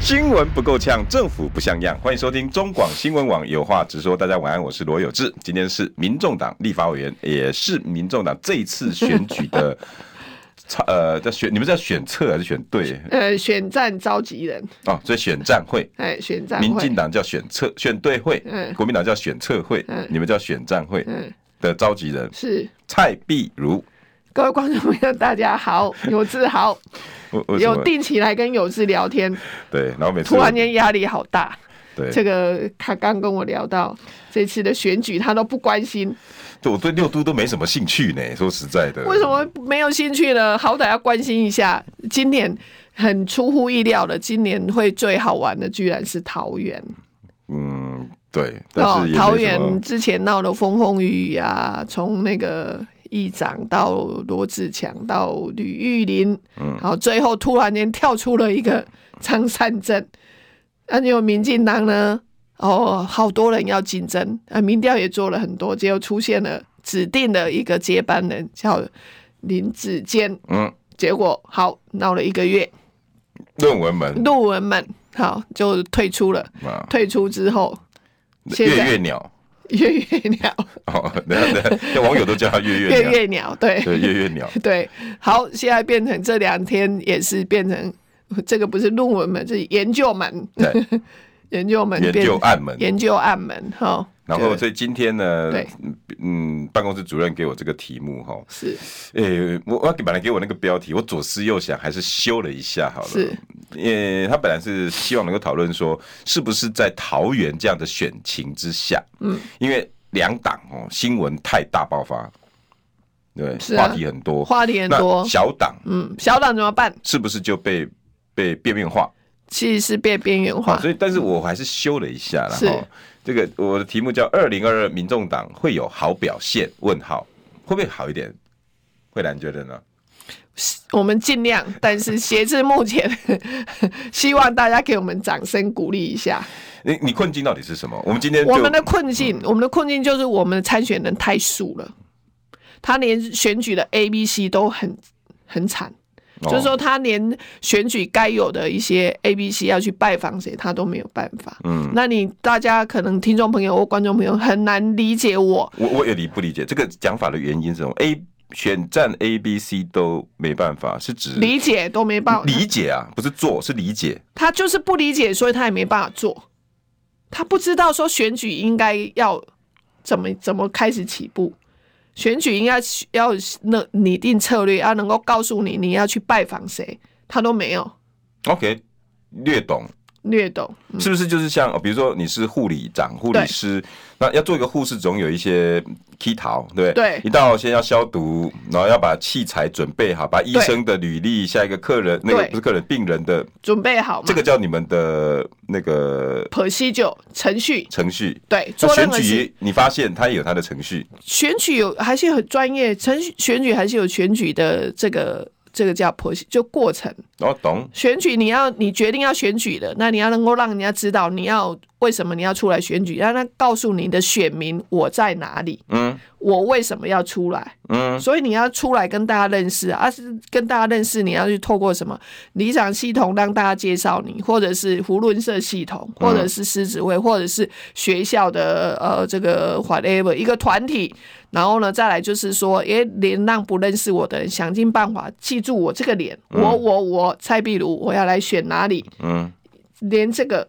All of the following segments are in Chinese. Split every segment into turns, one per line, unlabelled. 新闻不够呛，政府不像样。欢迎收听中广新闻网，有话直说。大家晚安，我是罗有志。今天是民众党立法委员，也是民众党这一次选举 的操，呃，叫选，你们是要选策还是选对？
呃，选战召集人，
哦，所以选战会，
哎，选战
民
会
进，党叫选策选对会，
嗯
国民党叫选策会，
嗯
你们叫选战会
嗯，
的召集人
是
蔡碧如。
各位观众朋友，大家好，有 志好，
我我
有定期来跟有志聊天，
对，然后每次
突然间压力好大。
对，
这个他刚跟我聊到这次的选举，他都不关心，
对我对六都都没什么兴趣呢。说实在的，
为什么没有兴趣呢？好歹要关心一下。今年很出乎意料的，今年会最好玩的居然是桃园。
嗯，对，但是也没什么
哦桃园之前闹得风风雨雨啊，从那个议长到罗志强到吕玉玲，嗯，好，最后突然间跳出了一个张善政，那、啊、有民进党呢，哦，好多人要竞争啊，民调也做了很多，结果出现了指定的一个接班人叫林志坚，
嗯，
结果好闹了一个月，
论文门
陆文们好就退出了，
啊，
退出之后。 现
月
在
月鸟
月月鸟，
哦， 等一下等一下，网友都叫它月
月
月鸟，
月鸟，对
对，月月鸟，
对，好，现在变成这两天也是变成这个不是论文门，是研究门，
对，
研究门
研
变
究暗门。
研究暗门哈。
然后，
对
所以今天呢
对，
嗯，办公室主任给我这个题目哈，
是
诶、我我本来给我那个标题，我左思右想，还是修了一下好了。
是，
呃，他本来是希望能够讨论说，是不是在桃园这样的选情之下，嗯，因为两党哦新闻太大爆发，对，
是啊
话题很多，
话题很
那
多，
小党
嗯，小党怎么办？
是不是就被被变面化？
其实是被边缘
好，
化，
啊所以但是我还是修了一下啦，
啊是
然后这个我的题目叫“二零二二民众党会有好表现？”问号会不会好一点？慧兰觉得呢？
我们尽量，但是截至目前， 希望大家给我们掌声鼓励一下。
你你困境到底是什么？我们今天就
我们的困境，
嗯
我们的困境就是我们的参选人太素了，他连选举的 A、B、C 都很很惨。
哦
就是说，他连选举该有的一些 A、B、C 要去拜访谁，他都没有办法。嗯，那你大家可能听众朋友或观众朋友很难理解我，
我我也理不理解这个讲法的原因是什么？A 选战 A、B、C 都没办法，是指
理解都没办法，
理解啊，不是做，是理解。
他就是不理解，所以他也没办法做。他不知道说选举应该要怎么怎么开始起步，选举应该要那拟定策略，要能够告诉你你要去拜访谁，他都没有
OK，略懂。
略懂。
是不是就是像，哦比如说你是护理长、护理
嗯对
师，那要做一个护士，总有一些 key 桃，对不对？
对
一到先要消毒，然后要把器材准备好，把医
对
生的履历、下一个客人那个
对嗯
不是客人、病人的
准备好嘛？
这个叫你们的那个
procedure 程序
程序。
对
那
做任
选
何事
举你发现它也有它的程序，
选举有还是很专业，程序选举还是有选举的这个这个叫婆媳就过程。
然后哦懂
选举你要你决定要选举的，那你要能够让人家知道你要为什么你要出来选举，让他告诉你的选民我在哪里，
嗯，
我为什么要出来，
嗯，
所以你要出来跟大家认识啊，啊是跟大家认识，你要去透过什么理想系统让大家介绍你，或者是胡润社系统，或者是狮子会，或者是学校的呃这个 whatever 一个团体，然后呢，再来就是说，也连让不认识我的人想尽办法记住我这个脸，我我我蔡壁如，我要来选哪里？
嗯，
连这个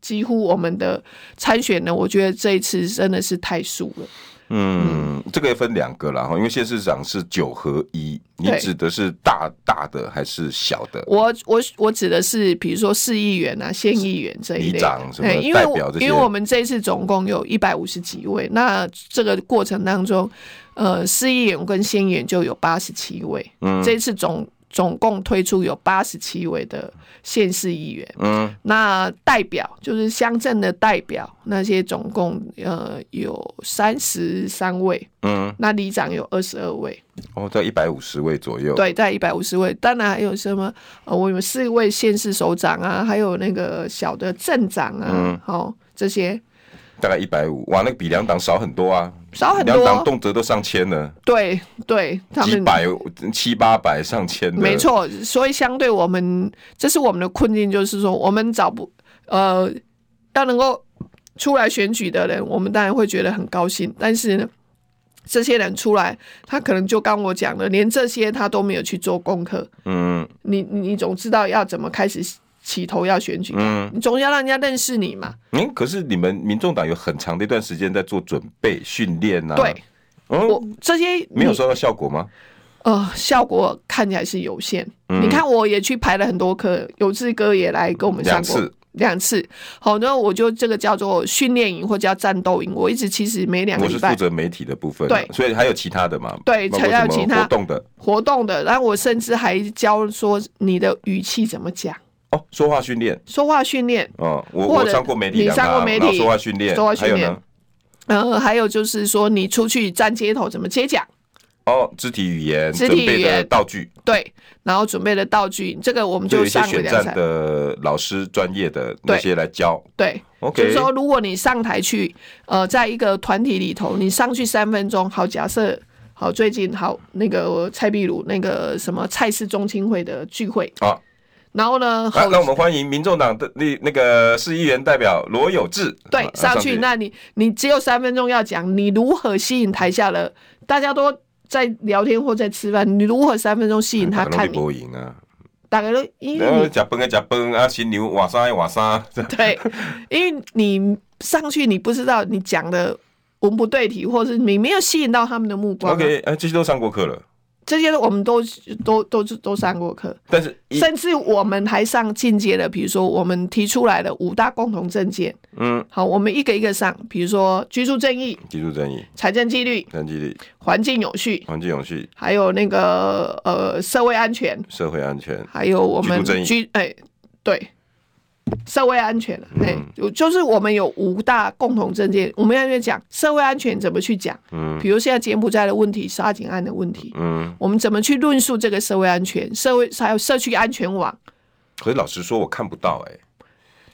几乎我们的参选呢，我觉得这一次真的是太素了。
嗯，这个也分两个啦，哦哈，因为县市长是九合一，你
对
指的是大大的还是小的？
我我我指的是，比如说市议员啊、县议员这一类
里
的，
长什么
哎因为
代
我
表这些
因为我们这一次总共有一百五十几位，那这个过程当中，呃，市议员跟县议员就有八十七位，嗯，这一次总总共推出有八十七位的县市议员，
嗯
那代表就是乡镇的代表，那些总共呃有三十三位，
嗯，
那里长有二十二位，
哦，在一百五十位左右，
对，在一百五十位。当然还有什么呃，我们四位县市首长啊，还有那个小的镇长
嗯
啊，好、这些
大概一百五，哇，那个比两党少很多啊，
少哦很
两党
多，
动辄都上千呢，
对对，他
几
们
百、七八百、上千的，
没，错，所以相对我们，这是我们的困境，就是说我们找不呃，要能够出来选举的人，我们当然会觉得很高兴，但是呢，这些人出来，他可能就刚我讲的，连这些他都没有去做功课，
嗯
你你你总知道要怎么开始起头要选举，
嗯
你总要让人家认识你嘛，
嗯，可是你们民众党有很长的一段时间在做准备训练呐，
对，我
嗯，
这些
没有
你
收到效果吗？
呃，效果看起来是有限。
嗯
你看，我也去排了很多课，有志哥也来跟我们上
两
过
次
两次。好，那我就这个叫做训练营或叫战斗营，我一直其实每两个
我
礼
是负
拜
责媒体的部分，啊
对
所以还有其他的嘛，
对
包括
还有
什么
其他
活动的
活动的，然后我甚至还教说你的语气怎么讲，
哦，说话训练
说话训练。
哦，我
或
我
者
上过媒体
你
两堂，啊
上过媒体
然后说话训练，
说话训练
还有呢，
呃，还有就是说你出去站街头怎么接讲，
哦，肢体语言，
肢体
准备
语
的
言
道具，
对，然后准备的道具，这个我们
就有
就
一些
上了
选
两
战
场，
的老师专业的那些来教。
对。就是
OK，
说，如果你上台去，呃，在一个团体里头，你上去三分钟，好，假设好，最近好那个蔡壁如那个什么蔡氏中青会的聚会，
好，啊
然后呢，
那
好，
啊那我们欢迎民众党的那那个市议员代表罗有志，
对
啊
上去，那你你只有三分钟要讲你如何吸引台下的大家都在聊天或在吃饭，你如何三分钟吸 引他看你，嗯
波赢啊，
大概都 因
然后
为
假崩啊假崩啊，新牛瓦沙瓦沙，
你对，因为你上去你不知道你讲的文不对题，或是你没有吸引到他们的目光啊、
OK，哎，这些都上过课了，
这些我们都都都都上过课，
但是一
甚至我们还上进阶的，比如说我们提出来的五大共同政见，
嗯，
好，我们一个一个上，比如说居住正义、
技术正义、
财政纪律、
三基地、
环境永续，
环境永续、
还有那个呃社会安全，
社会安全，
还有我
居
们
住正义
居哎对。社会安全，
嗯
哎、就就是我们有五大共同政见，我们要去讲社会安全怎么去讲，
嗯
比如现在柬埔寨的问题、沙井案的问题，
嗯。
我们怎么去论述这个社会安全、社会还有社区安全网？
可是老实说，我看不到哎、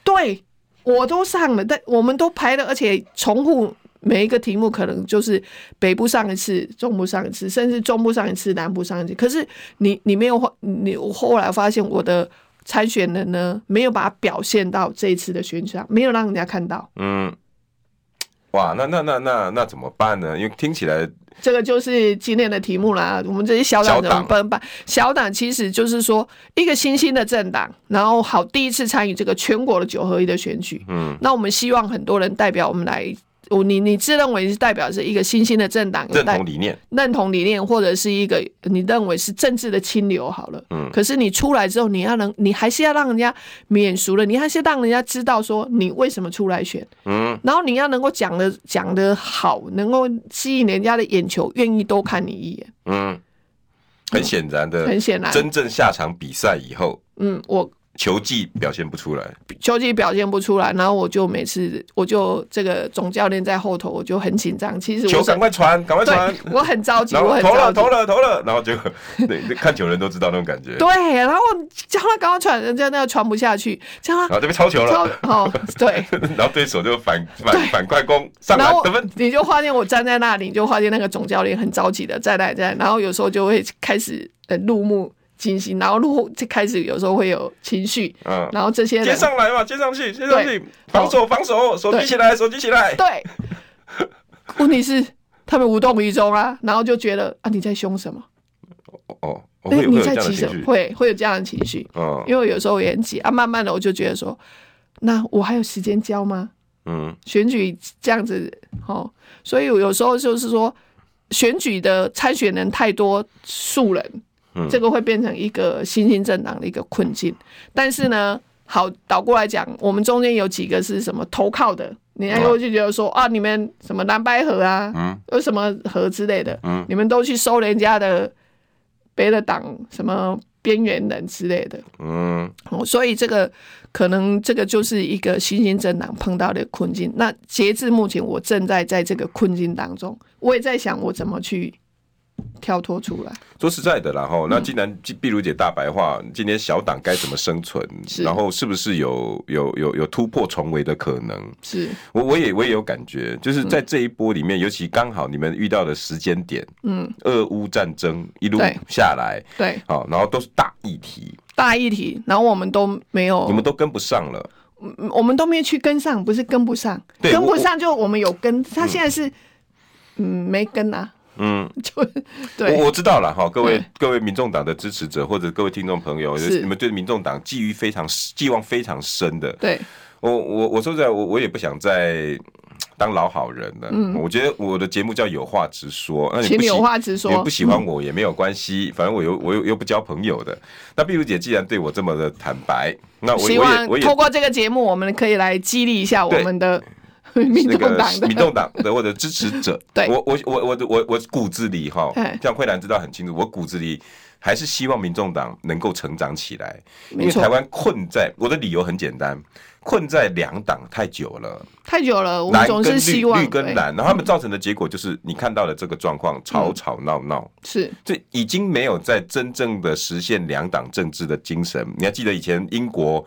对我都上了，但我们都排了，而且重复每一个题目，可能就是北部上一次，中部上一次，甚至中部上一次，南部上一次。可是你你没有花你我后来发现我的参选人呢，没有把它表现到这一次的选举上，没有让人家看到。
嗯，哇，那那那那那怎么办呢？因为听起来
这个就是今天的题目啦。我们这些小党怎么办办？小党其实就是说一个新兴的政党，然后好第一次参与这个全国的九合一的选举。
嗯，
那我们希望很多人代表我们来。我你你自认为是代表是一个新兴的政党，有
认
代
同理念，
认同理念，或者是一个你认为是政治的清流好了。
嗯
可是你出来之后，你要能，你还是要让人家免俗了，你还是让人家知道说你为什么出来选。
嗯
然后你要能够讲的讲的好，能够吸引人家的眼球，愿意多看你一眼。
嗯，很显然的，
很显然，
真正下场比赛以后，
嗯，我
球技表现不出来，
秋季表现不出来，然后我就每次我就这个总教练在后头，我就很紧张。其实
球
我
赶
是
快传，赶快 传
对，，我很着急，
然
我
后
很
投了
着急
投。了投了，然后就 对，看球人都知道那种感觉，然
对，然后叫他赶快传，人家那个传不下去，叫他
后这边抄球
超
了，
哦，对，
然后对手就反反
对
反快攻上
然
来
后
得分，
你就发现我站在那里，你就发现那个总教练很着急的再来再来，然后有时候就会开始呃入目惊心，然后入就开始有时候会有情绪，
嗯，
然后这些
接
人
上来嘛，接上去，接上去，防
好
守防守，手举
对
起来，手举起来，
对，问题是他们无动于衷啊，然后就觉得啊你在凶什么？
哦，哦
哎、
会有会
你
有这
在
样的
急
情
什
绪
么？，会会有这样的情绪，
嗯
因为有时候也很急啊。慢慢的我就觉得说，那我还有时间教吗？
嗯。
选举这样子，哦，所以我有时候就是说，选举的参选人太多，素人，
嗯
这个会变成一个新兴政党的一个困境。但是呢，好倒过来讲，我们中间有几个是什么投靠的，人家又就觉得说啊，你们什么蓝白河啊，
嗯
有什么河之类的，
嗯
你们都去收人家的别的党什么边缘人之类的。
嗯，
哦，所以这个可能这个就是一个新兴政党碰到的困境。那截至目前，我正在在这个困境当中，我也在想我怎么去跳脱出来。
说实在的啦，
嗯
哈，那既然碧如姐大白话，今天小党该怎么生存，
是
然后是不是有有有有突破重围的可能？
是，
我我也我也有感觉，就是在这一波里面，尤其刚好你们遇到的时间点，
嗯，
俄乌战争一路
对
下来，
对，
好，然后都是大议题，
大议题，然后我们都没有
你，们都跟不上了。
嗯我们都没有去跟上，不是跟不上，
对
跟
我
不上就我们有跟，他现在是嗯没跟啊，
嗯，
就对
我我知道了哈，各位
对
各位民众党的支持者或者各位听众朋友，
是
就是你们对民众党寄予非常寄望非常深的，
对
我我我说实在，我我也不想再当老好人了。我觉得我的节目叫有话直说，那你
嗯请
不
你
喜
有话直
你
说嗯
不，喜欢我也没有关系，反正我又我又又不交朋友的。那碧如姐既然对我这么的坦白，那我我
希
也
望
我也
透过这个节目，我们可以来激励一下我
对
们的民
那
众
个
党的，
民众党的或者支持者
对
我我我我我我骨子里哈
哎，
像慧兰知道很清楚，我骨子里还是希望民众党能够成长起来，因
没
为
错
台湾困在我的理由很简单，困在两党太久了。
太久了，我们
蓝
总
跟
是希望
绿绿跟
对嗯
蓝，然后他们造成的结果就是你看到了这个状况，吵吵闹闹，
是
这已经没有在真正的实现两党政治的精神。你还记得以前英国？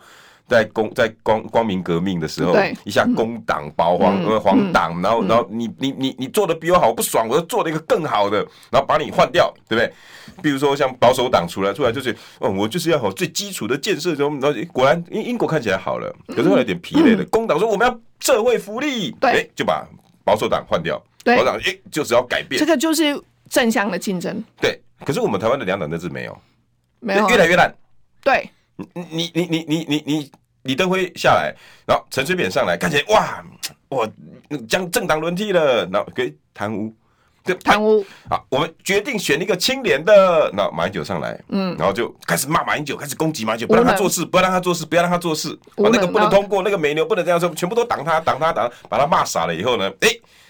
在公在光光明革命的时候
对，嗯
一下工党、保皇、呃黄党，然后然后你你你你做的比我好，我不爽，我就做了一个更好的，然后把你换掉，对不对？比如说像保守党出来出来就是，哦，我就是要好最基础的建设中，然后果然英英国看起来好了，可是后来有点疲累了。工党说我们要社会福利，
嗯对
诶就把保守党换掉，
对
保守党哎、诶就是要改变
这，个就是正向的竞争，
对。可是我们台湾的两党政治没有，
没有
越来越哎烂。
对
你你你你你你李登辉下来，然后陈水扁上来，看起来哇哇将政党轮替了，然后给贪污，对
贪污，
好，我们决定选一个清廉的，那马英九上来，
嗯，
然后就开始骂马英九，开始攻击马英九，不让他
无能
做事，不让他做事，不要让他做事，
无
把
能
那个不能
到
通过，那个美牛不能这样说，全部都挡他，挡他，挡他，把他骂傻了以后呢，哎，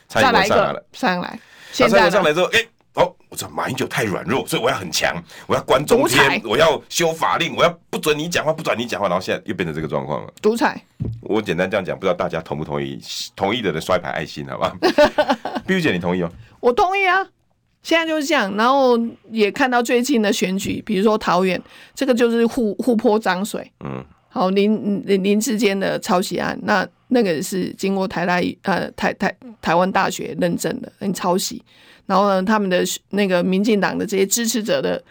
蔡
再
英文
来一
上来
个
了，
上来，
那
现
蔡英
在
文上
呢
来之后，哎。哦，我知道马英九太软弱，所以我要很强，我要关中
独裁
天，我要修法令，我要不准你讲话，不准你讲话，然后现在又变成这个状况了。
独裁
我简单这样讲，不知道大家同不同意？同意的人刷一排爱心，好 吧？碧玉姐，你同意哦？
我同意啊。现在就是这样，然后也看到最近的选举，比如说桃园，这个就是互互泼脏水。
嗯，
好，林林林志坚的抄袭案，那那个是经过台大呃台台台湾大学认证的，嗯，抄袭。然后呢，他们的那个民进党的这些支持者的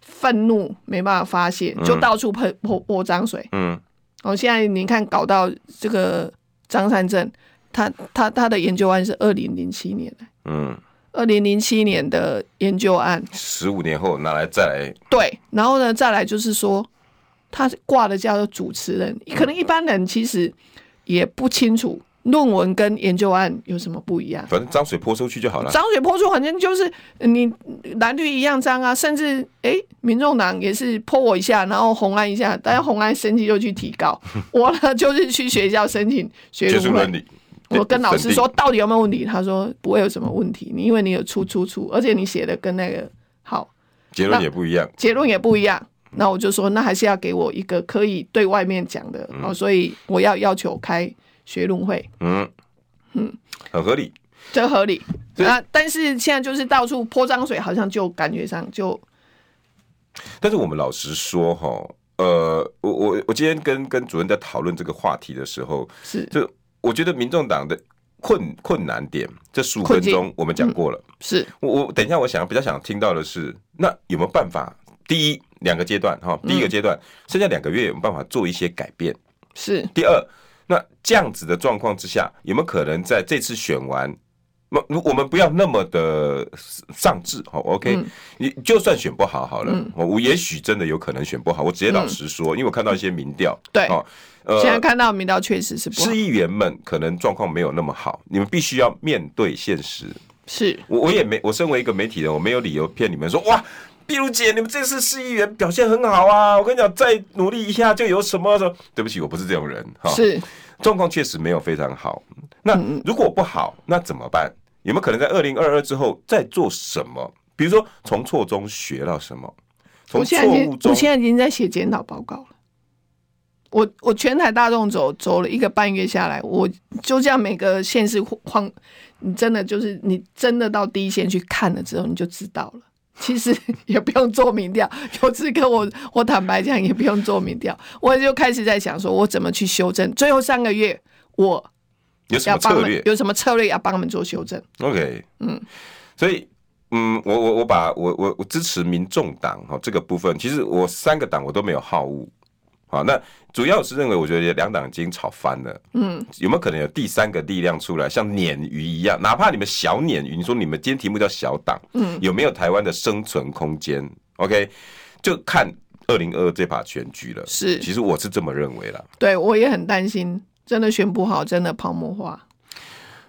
愤怒没办法发泄，就到处泼泼泼脏水。
嗯，
哦，现在你看搞到这个张善政，他他他的研究案是二零零七年的，
嗯，
二零零七年的研究案，
十五年后拿来再来，
对，然后呢，再来就是说，他挂的叫做主持人，可能一般人其实也不清楚论文跟研究案有什么不一样。
反正脏水泼出去就好了。
脏水泼出，反正就是你蓝绿一样脏啊，甚至哎、诶民众党也是泼我一下，然后红安一下，大家红安生气就去提告，我呢就是去学校申请学
学
术
术
伦
伦理，
我跟 老师
审定
说，到底有没有问题？他说不会有什么问题，你因为你有出出出，而且你写的跟那个好，
结论也不一样。
结论也不一样。那我就说，那还是要给我一个可以对外面讲的、哦，所以我要要求开学论会，
嗯嗯，很合理。
这合理。
对
那但是现在就是到处泼脏水，好像就感觉上就
但是我们老实说哈，呃，我我我今天跟跟主任在讨论这个话题的时候，
是
就我觉得民众党的困困难点，这十五分
困境嗯
钟我们讲过了。
是
我我等一下，我想比较想听到的是，那有没有办法？第一两个阶段哈，
嗯
第一个阶段、剩下两个月有没有办法做一些改变？
是
第二，那这样子的状况之下，有没有可能在这次选完，那我们不要那么的丧志好 o k
嗯
你就算选不好好了，我我也许真的有可能选不好，我直接老实说，因为我看到一些民调，
嗯对
哦，
现在
呃，
看到民调确实是不好
市议员们可能状况没有那么好，你们必须要面对现实。
是
我我也没，我身为一个媒体人，我没有理由骗你们说哇。碧如姐，你们这次市议员表现很好啊！我跟你讲，再努力一下就有什么什么对不起，我不是这种人哈。
是嗯
状况确实没有非常好。那如果不好，那怎么办？有没有可能在二零二二之后再做什么？比如说从错中学到什么？从
我现在
错
已
误
经，
中
我现在已经在写检讨报告了。我我全台大众走走了一个半月下来，我就这样每个县市晃，你真的就是你真的到第一线去看了之后，你就知道了。其实 也不用做民调，有志哥我我坦白讲也不用做民调，我就开始在想说我怎么去修正。最后三个月我
有什
要
么
帮
策
他们
略
有什么策略要帮他们做修正？
？OK，嗯，所以。嗯，我我我把我我我支持民众党哈、哦、这个部分，其实我三个党我都没有好恶，好，那主要是认为我觉得两党已经吵翻了，嗯，有没有可能有第三个力量出来，像鲶鱼一样，哪怕你们小鲶鱼，你说你们今天题目叫小党，嗯，有没有台湾的生存空间？OK，就看二零二这把选举了，
是
其实我是这么认为啦，
对我也很担心，真的选不好，真的泡沫化。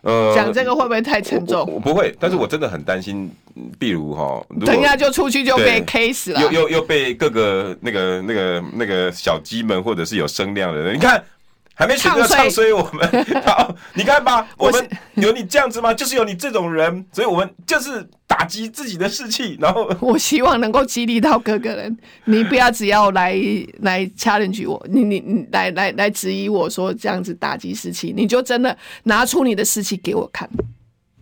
呃，
讲这个会不会太沉
我
重
我？我不会，但是我真的很担心，嗯譬如哈，如果
等一下就出去就被
对
K 死了
又。又又被各个那个那个那个小鸡们，或者是有声量的人，你看。还没选择
唱衰
唱衰我们， 好，你看吧，我
我是
们有你这样子吗？就是有你这种人，所以我们就是打击自己的士气，然后
我希望能够激励到各个人，你不要只要来来 challenge 我，你你你来来来质疑我说这样子打击士气，你就真的拿出你的士气给我看，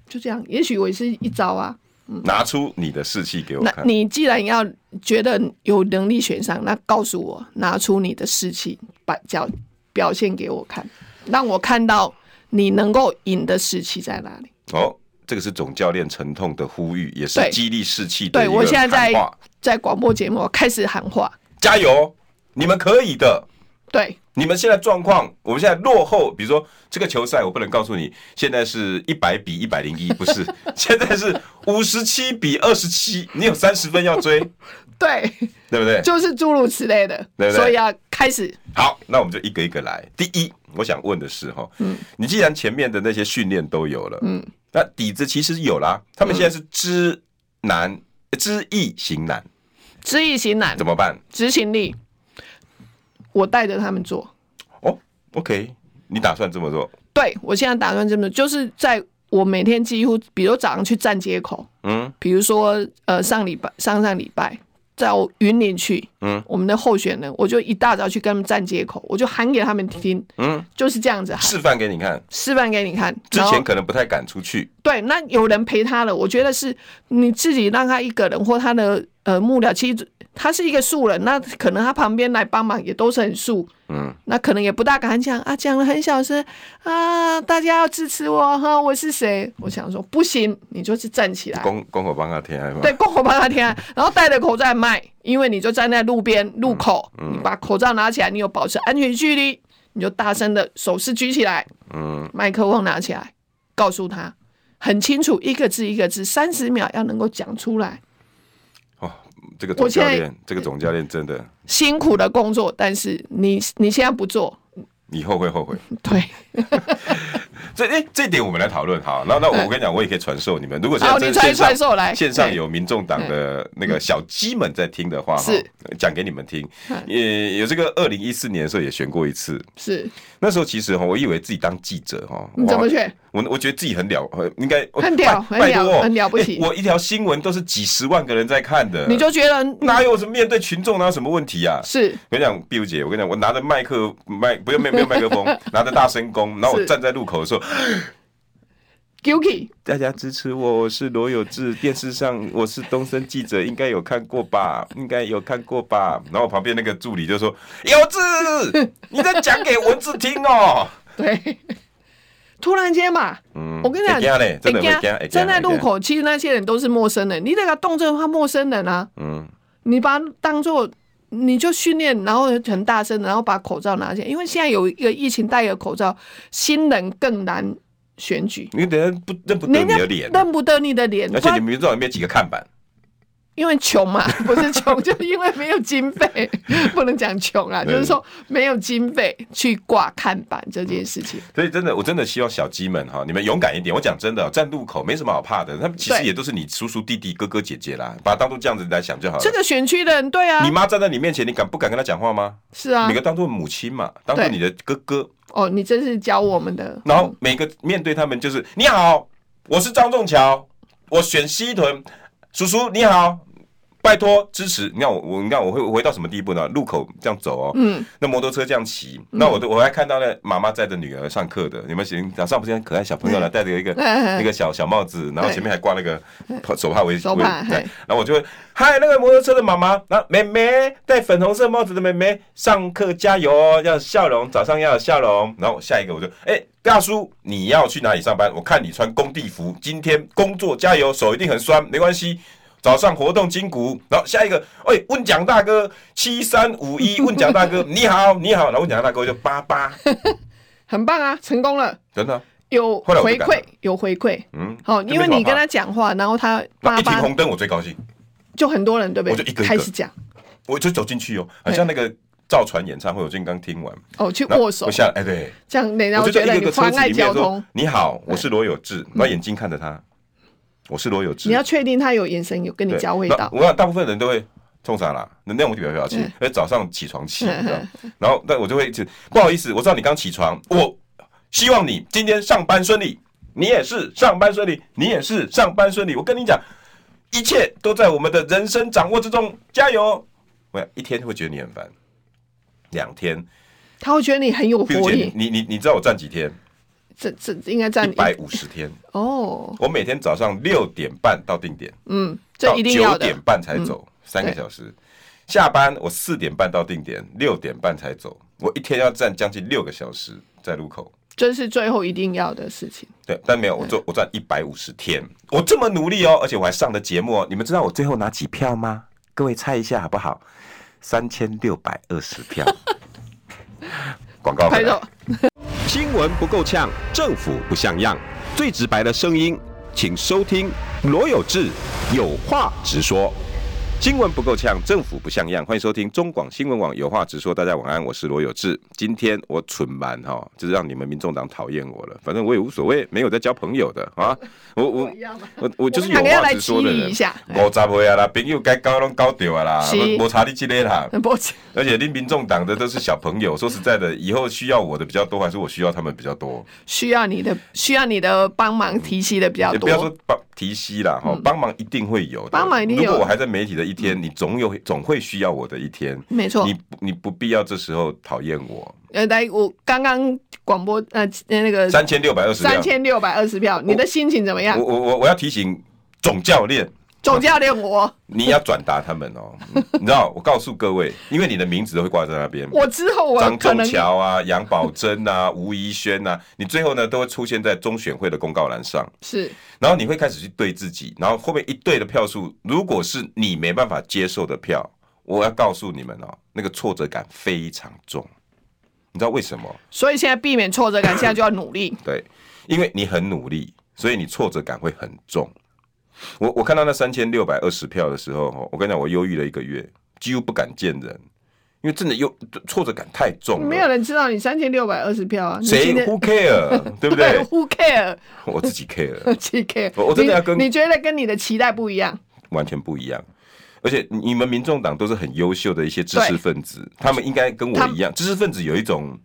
就这样。也许我也是一招啊。
拿出你的士气给我
那
看。
你既然要觉得有能力选上，那告诉我，拿出你的士气，把表表现给我看，让我看到你能够赢的士气在哪里。
哦，这个是总教练沉痛的呼吁，也是
对
激励士气的
对
一个
我现在在
喊话
在广播节目我开始喊话，
加油，你们可以的。
对
你们现在状况，我们现在落后，比如说这个球赛，我不能告诉你现在是一百比一百零一，不是，现在是五十七比二十七，你有三十分要追，
对，
对不对？
就是诸如此类的，
对不对
所以要开始
好，那我们就一个一个来。第一，我想问的是哈，嗯，你既然前面的那些训练都有了，嗯，那底子其实有啦，他们现在是知难、知易行难，
知易行难
怎，么办？
执行力，我带着他们做。
哦，OK，你打算这么做？
对我现在打算这么，就是在我每天几乎，比如早上去站街口，
嗯，
比如说呃上礼拜上上礼拜到云林去，
嗯，
我们的候选人，我就一大早去跟他们站街口，我就喊给他们听，
嗯，
就是这样子喊，
示范给你看，
示范给你看。
之
然后
前可能不太敢出去，
对，那有人陪他了，我觉得是你自己让他一个人或他的呃幕僚，其实他是一个素人，那可能他旁边来帮忙也都是很素，
嗯，
那可能也不大敢讲啊，讲的很小声啊，大家要支持我哈，我是谁？我想说不行，你就是站起来，
公公口帮他填嘛。
对，过火帮他贴，然后戴着口罩卖，因为你就站在路边路口，
嗯
你把口罩拿起来，你有保持安全距离，你就大声的手势举起来，
嗯，
麦克风拿起来，告诉他很清楚，一个字一个字，三十秒要能够讲出来。
哦，这个总
我现
教
在
练，这个总教练真的
辛苦的工作，但是你你现在不做，
以后会后悔。
对，
这哎、这一点我们来讨论好。那那我
嗯
我跟你讲，我也可以传授你们。如果现
好，
在
你
真
传
线上
传授来，
线上有民众党的那个小鸡们在听的话，
是
哈讲给你们听
嗯。
也有这个二零一四年的时候也选过一次，
对是，
那时候其实哈，我以为自己当记者哈，
你怎么
哇
选？
我我觉得自己很了，呃应该
很屌
拜
很
拜
了
托哦
很了不起
哎我一条新闻都是几十万个人在看的，
你就觉得嗯
哪有什么面对群众哪有什么问题啊？
是
我跟你讲，碧如姐，我跟你讲，我拿着麦克麦，不用没有没有麦克 风，拿着大声公，然后我
是
站在路口的时候，
guilty，
大家支持我，我是罗有志，电视上我是东森记者，应该有看过吧？应该有看过吧？然后我旁边那个助理就说：“ 有志，你在讲给文字听哦。
对， 突然间嘛，”
嗯
我跟你讲
会怕嘞，真的会怕会怕
站在路，
会怕
口，其实那些人都是陌生人，你得给他动这话陌生人啊，
嗯，
你把他当做你就训练，然后很大声，然后把口罩拿下来，因为现在有一个疫情，戴一个口罩，新人更难选举，
你等下不认不得你的脸，啊
认不得你的脸，
而
不
且
然
你们民众也没有几个看板，
因为穷嘛，不是穷， 就因为没有经费，不能讲穷
嗯
啊，就是说没有经费去挂看板这件事情。
所以真的，我真的希望小鸡们哈，你们勇敢一点。我讲真的，站路口没什么好怕的，他们其实
对
也都是你叔叔、弟弟、哥哥、姐姐啦，把他当做这样子来想就好了。
这个选区的人，对啊
你，妈站在你面前，你敢不敢跟她讲话吗？
是啊
每，个当做母亲嘛，当做
对
你的哥哥，
哦，你真是教我们的，
然后每个面对他们就是你好，我是张仲桥，我选西屯，叔叔你好，拜托支持。你看我，我你看我会回到什么地步呢？路口这样走哦，嗯，那摩托车这样骑，那我都我还看到那妈妈载着女儿上课的，你们行，上不是很可爱小朋友呢，戴着一个
嗯
那个小小帽子，然后前面还挂那个手帕围
手帕
围
嘿
对然后我就会嗨那个摩托车的妈妈，然后妹妹戴粉红色帽子的妹妹，上课加油哦，要有笑容，早上要有笑容。然后下一个我就哎。大叔，你要去哪里上班？我看你穿工地服，今天工作加油，手一定很酸，没关系。早上活动筋骨，然后下一个，哎、问蒋大哥七三五一，问蒋 大哥你好，你好，然后问蒋大哥就八八，
很棒啊，成功了，
真的，
有
后来我
回
就改
馈
了，
有回馈。
嗯，
好，
就没
因为
什么
你
好
跟
怕
他讲话，然后他
那
叭
一停
叭，
红灯我最高兴，
就很多人对不
我就
对
一个？一个
开始讲
我就走进去哦，好像那个赵传演唱会，我最近刚听完，
哦，去
然后
握手
我，下来，哎、对，
这样人家
我
会
就在
觉得
一个
你
个车
妨
子
碍
里面
交
说
通。：“嗯
你好，我是罗有志。”然后眼睛看着他，我是罗有志。
你要确定他有眼神有跟你
对
交汇
那
到，嗯
我想大部分人都会冲啥啦？那那种表表情，因为早上起床气，你知道然后那我就会就不好意思，我知道你刚起床，我希望你今天上班顺利，你也是上班顺利，你也是上班顺利。我跟你讲，一切都在我们的人生掌握之中，加油！我想一天会觉得你很烦，两天，
他会觉得你很有
比如
活
姐，
力。
你你你知道我站几天？
这这应该占
一百五十天。
哦，
我每天早上六点半到定点，
嗯，这
到
一定要
九
的嗯
点。半才走，三个小时。下班我四点半到定点，六点半才走。我一天要站将近六个小时在路口。
这是最后一定要的事情。
对，但没有，
嗯
我做我站一百五十天，我这么努力哦，而且我还上的节目哦。你们知道我最后拿几票吗？各位猜一下好不好？三千六百二十 票。广告回
拍
来
手，
新闻不够呛，政府不像样，最直白的声音，请收听罗有志有话直说。
新闻不够呛，政府不像样。欢迎收听中广新闻网，有话直说。大家晚安，我是罗有志。今天我蠢蛮哈，就是让你们民众党讨厌我了。反正我也无所谓，没有在交朋友的啊。我 我我我就是有
我们两个要
话
来
直说的
激
人
励一下。
我咋会啊啦？朋友该高拢高掉啊啦
是，
我查你这个啦。
很抱歉，
而且你民众党的都是小朋友，说实在的，以后需要我的比较多，还是我需要他们比较多？
需要你的需要你的帮忙提携的比较
也
啊多嗯
不要。说帮提息啦，哈，帮忙一定会有的。
帮忙一定有
如果我还在媒体的一天，你总有总会需要我的一天。
没错
你不你不必要这时候讨厌我。
呃，来，我刚刚广播呃呃那个
三千六百二十
三千六百二十票，你的心情怎么样
我？我我我要提醒总教练，
总教练我，
你要转达他们 哦。嗯你知道，我告诉各位，因为你的名字都会挂在那边。
我之后我
张
可
仲
能
桥啊，杨宝珍啊，吴怡轩啊，你最后呢都会出现在中选会的公告栏上。
是
然后你会开始去对自己，然后后面一对的票数，如果是你没办法接受的票，我要告诉你们哦，那个挫折感非常重。你知道为什么？
所以现在避免挫折感，现在就要努力。
对，因为你很努力，所以你挫折感会很重。我我看到那三千六百二十票的时候，哦我跟你讲，我忧郁了一个月，几乎不敢见人，因为真的忧挫折感太重了。
没有人知道你三千六百二十票啊！
嗯
你
谁
今天
who care，对不
对
对？
？Who care？
我自己 care。
几 care？
我我真的要跟
你，你觉得跟你的期待不一样？
完全不一样。而且你们民众党都是很优秀的一些知识分子，他们应该跟我一样，知识分子有一种。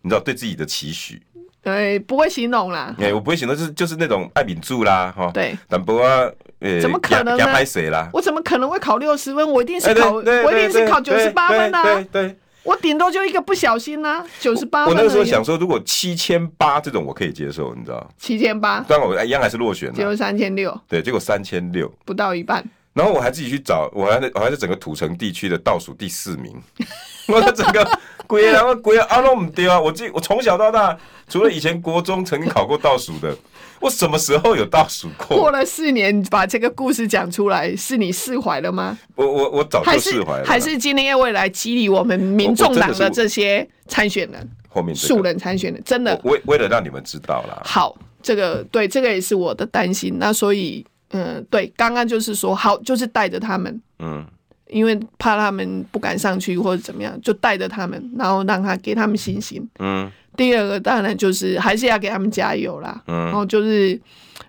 你知道对自己的期许，
呃，不会形容啦。
哎、我不会想到就是就是那种爱民助啦，哈，
对，
淡薄啊，呃、
怎么可能呢
压拍谁啦？
我怎么可能会考六十分？我一定是
哎对
考，
对
我一定
对
是考九
对
十八分
对
啊！
对对
我顶多就一个不小心啦，九十八
我
分
那
而已。啊
个时候想说，如果七千八这种我可以接受，你知道？
七千八，
当然我哎一样还是落选
结
了
果，三千六，
对，结果三千六，
不到一半。
然后我还自己去找，我还是我还是整个土城地区的倒数第四名， 我的整个鬼啊，我鬼啊，都唔对啊！我记我从小到大，除了以前国中曾经考过倒数的，我什么时候有倒数
过
过？
了四年，你把这个故事讲出来，是你释怀了吗？
我我我早
还
就是哦释怀了啦，
还是今天为来激励我们民众党的这些参选人、
后面这
素
个，
人参选人，真的
我为为了让你们知道啦，
好，这个对，这个也是我的担心。那所以，嗯，对，刚刚就是说，好，就是带着他们，
嗯，
因为怕他们不敢上去或者怎么样，就带着他们，然后让他给他们信心。
嗯，
第二个当然就是还是要给他们加油啦。嗯，然后就是，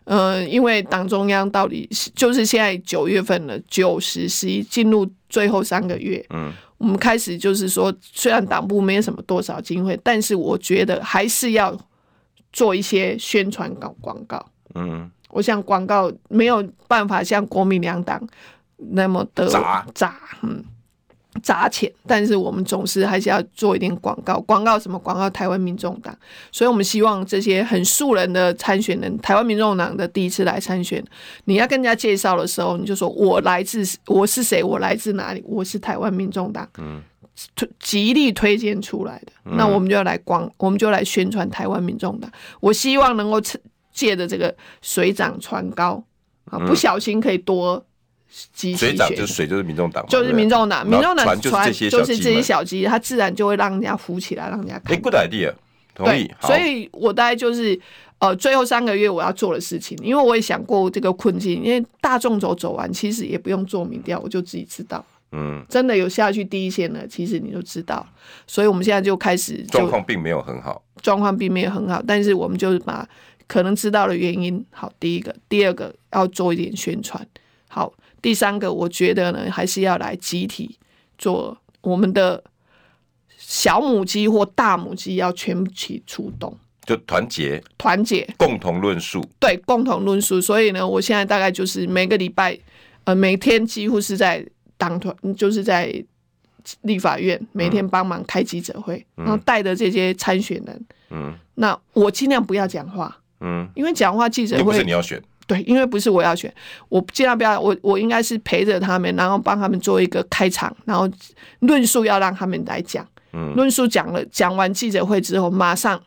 呃，因为党中央到底是就是现在九月份了，九十十一进入最后三个月，嗯，我们开始就是说，虽然党部没有什么多少经费，但是我觉得还是要做一些宣传广广告。
嗯，
我想广告没有办法像国民两党那么的
砸
砸，嗯，砸钱。但是我们总是还是要做一点广告，广告什么广告？台湾民众党。所以我们希望这些很素人的参选人，台湾民众党的第一次来参选，你要跟人家介绍的时候，你就说我来自我是谁，我来自哪里，我是台湾民众党。嗯。极力推荐出来的，
嗯
那我们就要来广，我们就来宣传台湾民众党。我希望能够趁借着这个水涨船高啊，不小心可以多激起
嗯水涨就
选
是水，就是民众党嘛，
就是民众党，
对不
民
对
众
然后
党
船就是这些小鸡
是这些
们
小鸡，它自然就会让人家浮起来，让人家
哎
看。
，good idea，同意
对，，
好
所以我大概就是呃，最后三个月我要做的事情，因为我也想过这个困境，因为大众走走完，其实也不用做民调，我就自己知道，
嗯，
真的有下去第一线了，其实你就知道。所以我们现在就开始就
状况并没有很好，
状况并没有很好，但是我们就是把可能知道的原因，好，第一个，第二个要做一点宣传，好，第三个，我觉得呢，还是要来集体做我们的小母鸡或大母鸡要全体出动，
就团结
团结，
共同论述，
对，共同论述。所以呢，我现在大概就是每个礼拜，呃，每天几乎是在党团，就是在立法院每天帮忙开记者会，然后带着这些参选人，
嗯
那我尽量不要讲话，
嗯，
因为讲话记者
又不是
会
你要选，
对，因为不是我要选，我尽量不要，我我应该是陪着他们，然后帮他们做一个开场，然后论述要让他们来讲，
嗯
论述讲了，讲完记者会之后，马上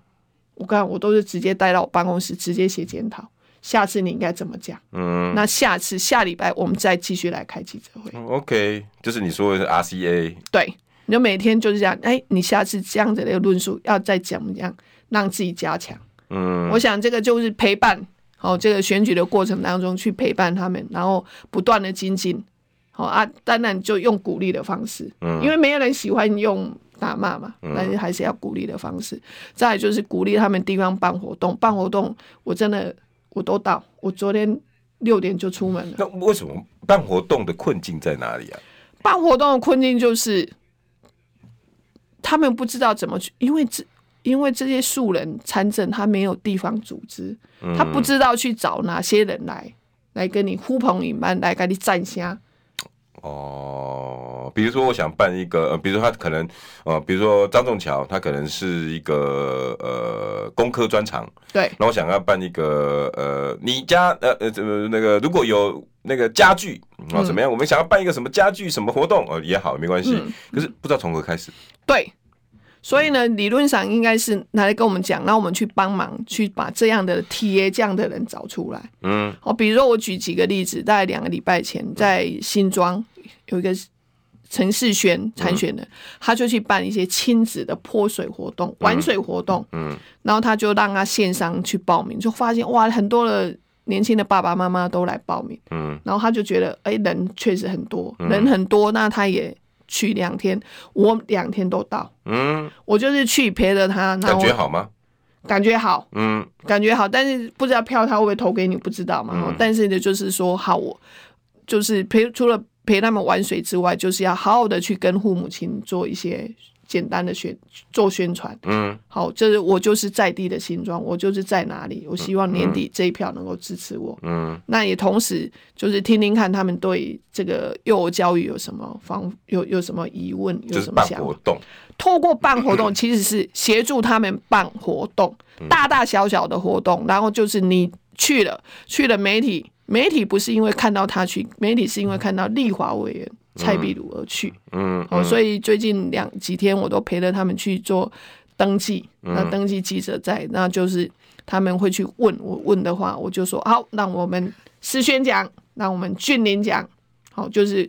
我刚我都是直接带到我办公室，直接写检讨，下次你应该怎么讲？
嗯
那下次下礼拜我们再继续来开记者会，
，OK，就是你说的是 RCA，
对，你就每天就是这样，哎，你下次这样子的一个论述要再怎么样，让自己加强。
嗯
我想这个就是陪伴，好、这个选举的过程当中去陪伴他们，然后不断的精进，好、啊，当然就用鼓励的方式，因为没有人喜欢用打骂嘛，但是还是要鼓励的方式。再来就是鼓励他们地方办活动，办活动我真的我都到，我昨天六点就出门了。
那为什么办活动的困境在哪里啊？
办活动的困境就是，他们不知道怎么去，因为这因为这些素人参政，他没有地方组织，他不知道去找哪些人来来跟你呼朋引伴，来跟你站下。
哦，比如说我想办一个，呃、比如说他可能，呃，比如说张仲桥，他可能是一个呃工科专长，
对
然后我想要办一个呃，你家呃呃怎么那个如果有那个家具啊、
嗯
怎么样？我们想要办一个什么家具什么活动哦、也好没关系，
嗯
可是不知道从何开始。
对，所以呢，理论上应该是拿来跟我们讲，让我们去帮忙去把这样的 TA 这样的人找出来。
嗯
哦，比如说我举几个例子，大概两个礼拜前在新庄有一个陈世轩
嗯
参选人，他就去办一些亲子的泼水活动、玩水活动，
嗯，
然后他就让他线上去报名，就发现哇，很多的年轻的爸爸妈妈都来报名，
嗯，
然后他就觉得哎，人确实很多，人很多，那他也去两天，我两天都到，
嗯，
我就是去陪着他，然
感
后
觉好吗？
感觉好，
嗯
感觉好，但是不知道票他会不会投给你，不知道嘛。
嗯
但是呢，就是说，好，我就是陪除了陪他们玩水之外，就是要好好的去跟父母亲做一些简单的宣做宣传。
嗯
好，就是我就是在地的新庄，我就是在哪里，我希望年底这一票能够支持我。
嗯
那也同时就是听听看他们对这个幼儿教育有什么方有有什么疑问，有
就是
什么
办
想法
活。动，
透过办活动，其实是协助他们办活动，大大小小的活动。然后就是你去了，去了媒体，媒体不是因为看到他去，媒体是因为看到立华委员蔡壁如而去。
嗯
哦，所以最近两几天我都陪着他们去做登记，那登记记者在，那就是他们会去问我问的话，我就说好，让我们思轩讲，让我们俊林讲，好，就是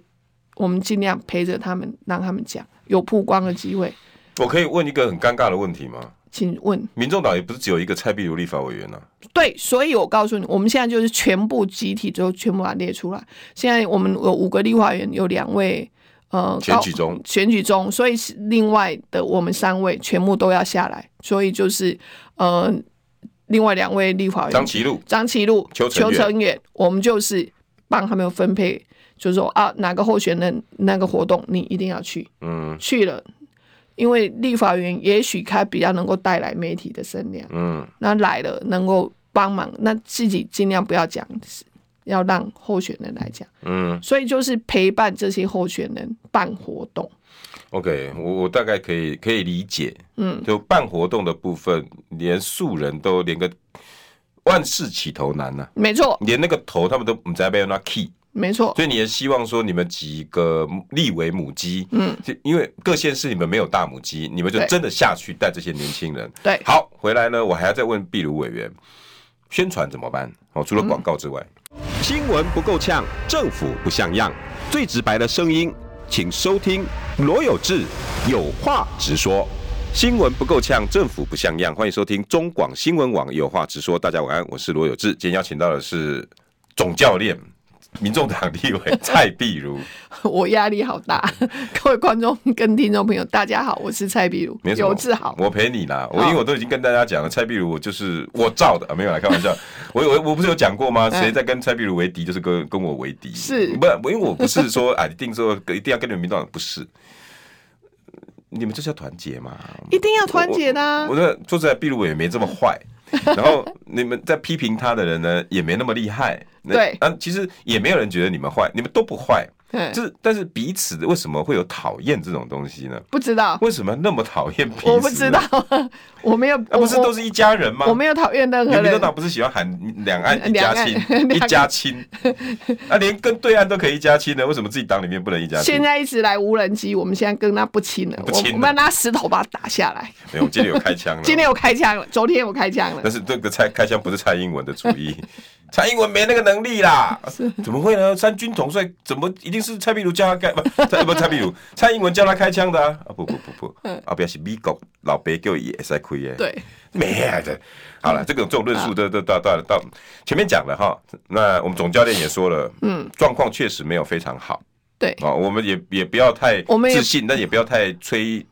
我们尽量陪着他们，让他们讲，有曝光的机会，
我可以问一个很尴尬的问题吗？
请问
民众党也不是只有一个蔡壁如立法委员啊呐、
对，所以我告诉你，我们现在就是全部集体就全部把它列出来。现在我们有五个立法员，有两位呃
选
高
举中
选举中，所以是另外的我们三位全部都要下来，所以就是呃另外两位立法员
张其禄，
张其禄、
邱成远
成远，我们就是帮他们分配，就是说啊哪个候选人那个活动你一定要去，
嗯
去了，因为立法员也许他比较能够带来媒体的声量。
嗯
那来了能够帮忙，那自己尽量不要讲要让候选人来讲，
嗯
所以就是陪伴这些候选人办活动。
，OK，我我大概可以可以理解，
嗯，
就办活动的部分，连素人都连个万事起头难呐、
没错，
连那个头他们都不在被那 key，
没错，
所以你也希望说你们几个立为母鸡，嗯，因为各县市你们没有大母鸡，你们就
对
真的下去带这些年轻人。
对，
好，回来呢，我还要再问壁炉委员，宣传怎么办？哦，除了广告之外，
新闻不够呛，政府不像样，最直白的声音，请收听罗有志有话直说。
新闻不够呛，政府不像样。欢迎收听中广新闻网，有话直说。大家晚安，我是罗有志。今天邀请到的是总教练，民众党立委蔡壁如。
我压力好大。 各位观众跟听众朋友，大家好，我是蔡碧如
没，什么
有志豪。
我陪你啦。我因为我都已经跟大家讲了，蔡壁如我就是我造的，啊、没有啦， 开玩笑。我我我不是有讲过吗？
嗯
谁在跟蔡壁如为敌，就是跟跟我为敌。
是
不？我因为我不是说 啊，一定说一定要跟你们民众党不是。你们就是要团结嘛，
一定要团结的啊、
我的说实在，壁炉也没这么 坏。然后你们在批评他的人呢，也没那么厉害。那
对
啊，其实也没有人觉得你们坏，你们都不坏。
嗯，
就是，但是彼此为什么会有讨厌这种东西呢？
不知 道，
为什么那么讨厌彼此？
我不知道，， 我没有，
啊那、不是
我
都是一家人吗？
我没有讨厌任
你
何
民进
人，
党不是喜欢喊两岸一家亲
两岸
一家 亲，啊，连跟对岸都可以一家亲呢，为什么自己党里面不能一家亲
现？在一直来无人机，我们现在跟他不亲了，
不亲了
我我们拿石头把他打下来。
没有，我今天有开枪了。
今天我开枪了，昨天我开枪了
但，是这个蔡开枪不是蔡英文的主意， 蔡英文没那个能力啦，怎么会呢？三军统帅怎么一定是蔡壁如叫他开？ 不，蔡不是蔡壁如，蔡英文叫他开枪的啊！啊不不不不，
嗯
啊不要是美国老白叫也在开耶，，
对，
没啊这，好
嗯
了，这个这种论
啊
述都都到到到前面讲了哈，那我们总教练也说了，嗯，状况确实没有非常好，
对
啊，我们也也不要太
我们也
自信，但也不要太摧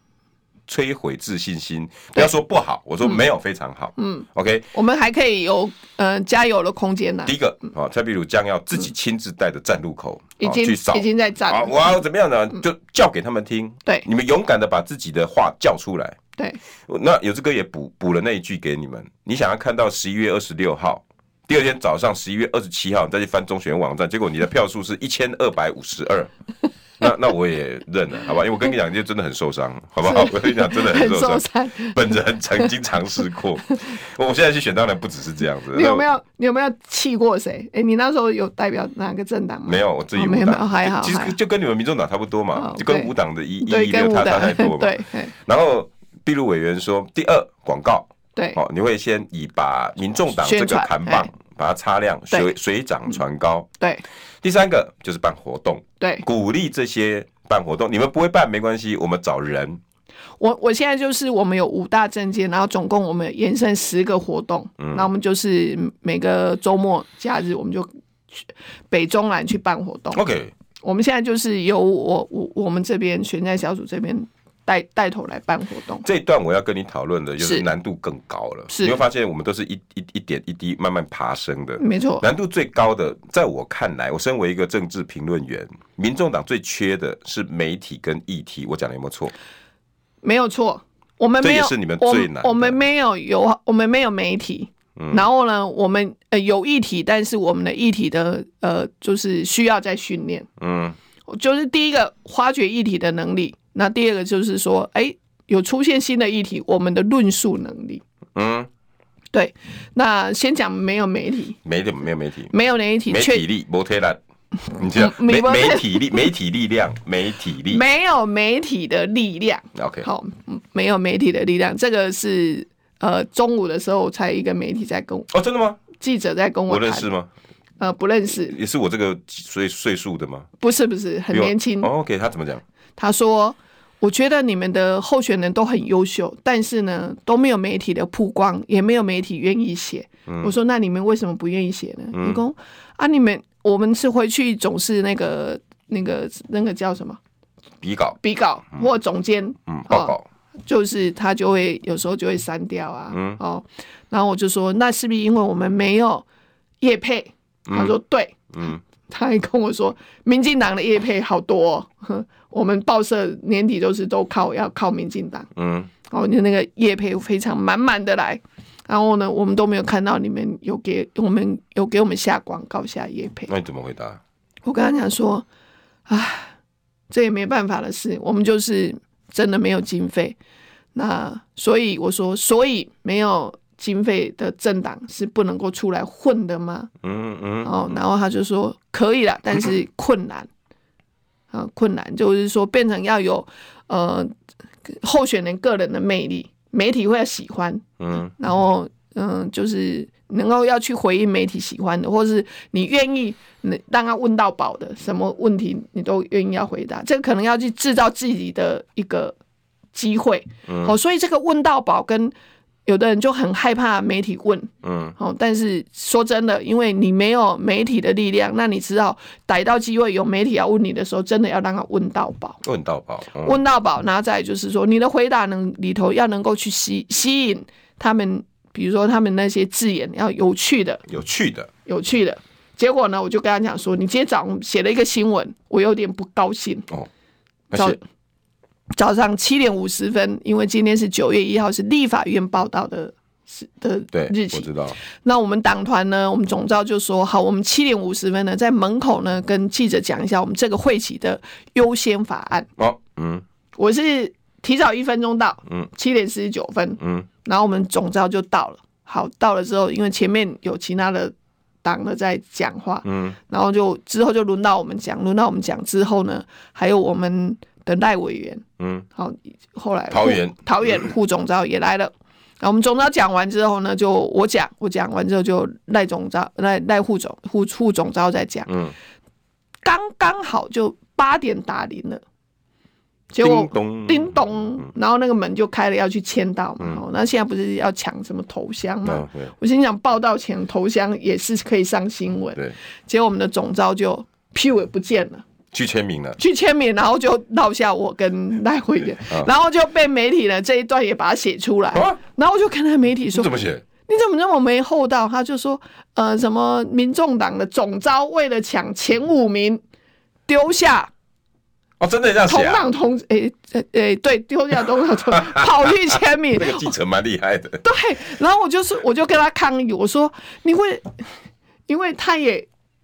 摧毁自信心，不要说不好，我说没有非常好，嗯，OK，
我们还可以有嗯、呃加油的空间呢
第，一个，啊，蔡壁如将要自己亲自带着站路口，
已
啊
经
去扫
已经在站
啊，
了，
我要怎么样呢？就叫给他们听，
对
你们勇敢的把自己的话叫出来。
对
那有志哥也补补了那一句给你们，你想要看到十一月二十六号，第二天早上十一月二十七号，你再去翻中选网站，结果你的票数是一千二百五十 二。那那我也认了，好吧，因为我跟你讲，你就真的很受伤，好不好？我跟你讲，真的很
很
受
受
伤，
伤。
本人曾经尝试 过。我我现在去选当然不只是这样子，
你有没
有？
有你有没有气过谁？哎、你那时候有代表哪个政党吗？
没有，我自己
哦
无
没有
党，
没有还好
其
还好
实就跟你们民众党差不多嘛
哦，
就跟
对
无党的一一
对，
一
跟
六
吴
差差
的
太多嘛。
对嘿
然后秘鲁委员说，第二广告，
对
哦，你会先以把民众党这
宣
个
传
扛棒
哎
把它擦亮，
对
水水涨船高。
对
第三个就是办活动，
对，
鼓励这些办活动，你们不会办没关系，我们找人，
我我现在就是我们有五大证件，然后总共我们延伸十个活动，
嗯
那我们就是每个周末假日我们就去北中南去办活动。
OK，
我们现在就是由我我我们这边选战小组这边带带头来办活动。
这一段我要跟你讨论的就是
是
难度更高了，
是
你会发现我们都是一一一点一滴慢慢爬升的，
没错，
难度最高的，在我看来，我身为一个政治评论员，民众党最缺的是媒体跟议题。我讲的有没有错？
没有错。我们
这
没有，
也是你们
我
最难的嗯
我们没有有，我们没有媒体。然后呢，我们呃有议题，但是我们的议题的呃，就是需要再训练。
嗯，
就是第一个发掘议题的能力，那第二个就是说，哎，有出现新的议题，我们的论述能力。
嗯，
对，那先讲没有媒体，
媒体没有媒体，
没有媒体
媒
确
体力，摩 天兰，你知道
嗯
媒
没没
媒体力， 媒体力量，媒体力。
没有媒体的力量。
OK，
好，嗯没有媒体的力量，这个是呃中午的时候才一个媒体在跟我
哦，真的吗？
记者在跟我
我
谈，
认识吗？
呃不认识，
也是我这个岁岁数的吗？
不是不是很
比我
年轻。
哦，OK，他怎么讲？
他说。我觉得你们的候选人都很优秀，但是呢，都没有媒体的曝光，也没有媒体愿意写。
嗯
我说，那你们为什么不愿意写呢？你说啊，你们我们是回去总是那个那个那个叫什么
比稿，
比稿或总监
嗯，
哦
报告，
就是他就会有时候就会删掉啊，哦，然后我就说那是不是因为我们没有叶配？他说对，
嗯，
他还跟我说，民进党的叶配好多、哦 哼，我们报社年底都是都靠要靠民进党，
嗯，
哦，你那个叶配非常满满的来，然后呢，我们都没有看到你们有给我们有给我们下广告下业配。
那你怎么回答？
我跟他讲说，唉，这也没办法的事，我们就是真的没有经费。那所以我说，所以没有经费的政党是不能够出来混的吗？
嗯嗯，
哦，然后他就说可以啦，但是困难， 啊，困难就是说变成要有呃候选人个人的魅力，媒体会喜欢，
嗯，
然后嗯、就是能够要去回应媒体喜欢的，或是你愿意你让他问到饱的，什么问题你都愿意要回答，这可能要去制造自己的一个机会，哦，所以这个问到饱跟有的人就很害怕媒体问，
嗯，
哦，但是说真的，因为你没有媒体的力量，那你知道逮到机会有媒体要问你的时候，真的要让他问到饱，
问到爆，嗯
问到饱，然后再来就是说你的回答能里头要能够去吸吸引他们，比如说他们那些字眼要有趣的，
有趣的，
有趣的。结果呢，我就跟他讲说，你今天早上写了一个新闻，我有点不高兴。
哦而
早
且
早上七点五十分，因为今天是九月一号，是立法院报道的时的
对，
日
我
期
知。道，
那我们党团呢，我们总召就说好，我们七点五十分呢，在门口呢跟记者讲一下我们这个会期的优先法案。
哦，嗯
我是提早一分钟到，
嗯，
七点四十九分，
嗯
然后我们总召就到了。好，到了之后，因为前面有其他的党的在讲话，
嗯
然后就之后就轮到我们讲，轮到我们讲之后呢，还有我们的赖委员，
嗯，
好，后来
桃园嗯
护桃园副总召也来了。然后我们总召讲完之后呢，就我讲，我讲完之后就赖总召、赖赖副总、副副总召在讲，
嗯，
刚刚好就八点打铃了，结
叮
果
咚
叮，
嗯
咚，然后那个门就开了，要去签到嘛。哦，那现在不是要抢什么头香嘛？
嗯对
我心想报道前头香也是可以上新闻，
对，
结果我们的总召就屁股也不见了。
去签名了，
去签名，然后就落下我跟赖慧媛
对啊，
然后就被媒体呢这一段也把它写出来
啊，
然后我就跟那媒体说
这怎：“么写？
你怎么那么没厚道？”他就说：“呃，什么民众党的总招为了抢前五名，丢下
哦，真的这样
同
写啊？
党同诶诶诶，对，丢下同 党同跑去签名。”
这个记者蛮厉害的，
对，然后我就是我就跟他抗议，我说：“你会， 因为他也。”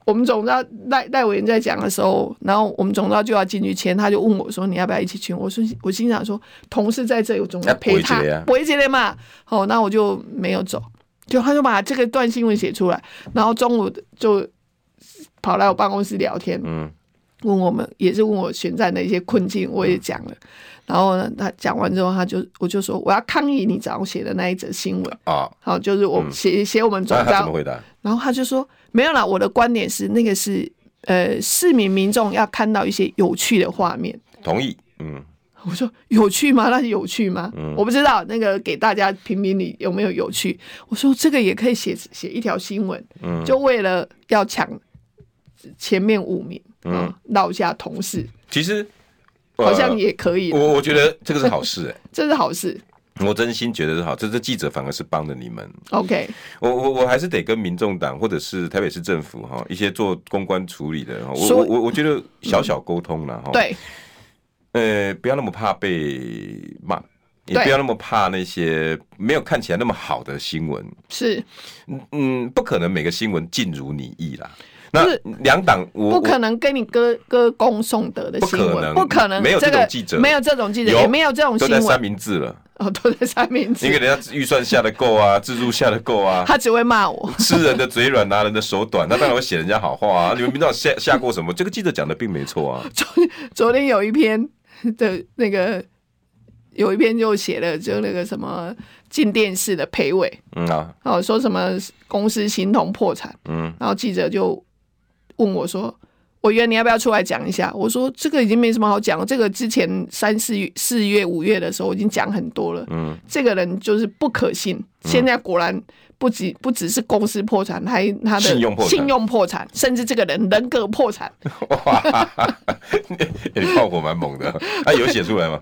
我们总召赖赖委员在讲的时候，然后我们总召就要进去签，他就问我说：“你要不要一起签？”我说：“我心想说，同事在这里，我总要陪他
那不会结啊，
不会接的嘛。”好，那我就没有走，就他就把这个段新闻写出来，然后中午就跑来我办公室聊天，
嗯
问我们也是问我选战的一些困境，我也讲了。然后呢，他讲完之后，他就我就说我要抗议你早上写的那一则新闻，
啊，
好，就是我写写我们总
那他怎么
章，
回答？
然后他就说没有啦，我的观点是那个是呃市民民众要看到一些有趣的画面。
同意，嗯
我说有趣吗？那是有趣吗？我不知道那个给大家评评理有没有有趣。我说这个也可以写写一条新闻，
嗯
就为了要抢前面五名，嗯，闹一下同事，
其实
好像
呃
也可以啦，
我我觉得这个是好事哎。
这是好事。
我真心觉得是好，这这记者反而是帮着你们。
OK，
我我我还是得跟民众党或者是台北市政府哈一些做公关处理的，哈我
所
我
以
我我觉得小小沟通了哈。，
嗯对
呃，不要那么怕被骂，也
对
不要那么怕那些没有看起来那么好的新闻。
是
嗯，不可能每个新闻尽如你意啦。那
不是
两党我
不可
我
能跟你歌歌功颂德的新
不可
闻，
能
不可能，
没有这
这
种
个
记者
没有这种记者，
有
也没有这种
都
新
在三
闻，
明治了，
哦，都在三明
因为
治，
人家预算下的够啊，自助下的够啊，
他只会 骂我。
吃人的嘴软，拿人的手短，那当然会写人家好话啊。你们民众下下过什么？这个记者讲的并没错啊。
昨昨天有一篇的那个。有一篇就写了，就那个什么进电视的裴伟
嗯啊，
哦，说什么公司形同破产，
嗯
然后记者就问我说：“委员，你要不要出来讲一下？”我说：“这个已经没什么好讲了，这个之前三四月、四月、五月的时候我已经讲很多了。
嗯，
这个人就是不可信，现在果然不只不只是公司破产，还他的
信用破产
信用破产甚至这个人人格破产。
哇，哎你炮火蛮猛的。他有写出来吗？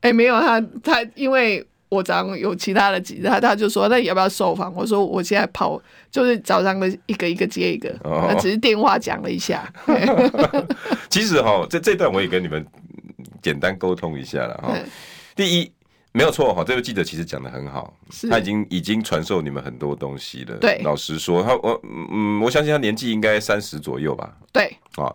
哎，没有他，他因为我早上有其他的急，他他就说那你要不要受访？我说我现在跑，就是早上的一个一个接一个，
哦
那只是电话讲了 一下。
其实哈，这这段我也跟你们嗯简单沟通一下了哈
嗯。
第一，没有错哈，这位记者其实讲的很好，
是
他已经已经传授你们很多东西了。
对
老实说，他我嗯，我相信他年纪应该三十左右吧。
对，
啊，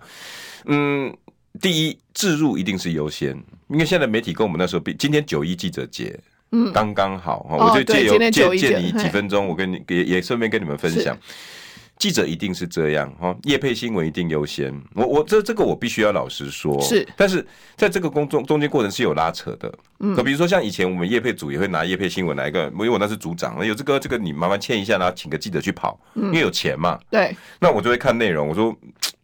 嗯，第一，置入一定是优先，因为现在媒体跟我们那时候比，今天九一记者节，嗯，刚刚好哈，
哦
我就借
对
由
今天
借
9.1
借你
嘿
几分钟，我跟你也也顺便跟你们分享。记者一定是这样哈，业配新闻一定优先。我我这这个我必须要老实说，
是，
但是在这个工中中间过程是有拉扯的。嗯，比如说像以前我们业配组也会拿业配新闻来个，因为我那是组长，有这个这个你麻烦签一下，然后请个记者去跑，
嗯
因为有钱嘛。
对，
那我就会看内容，我说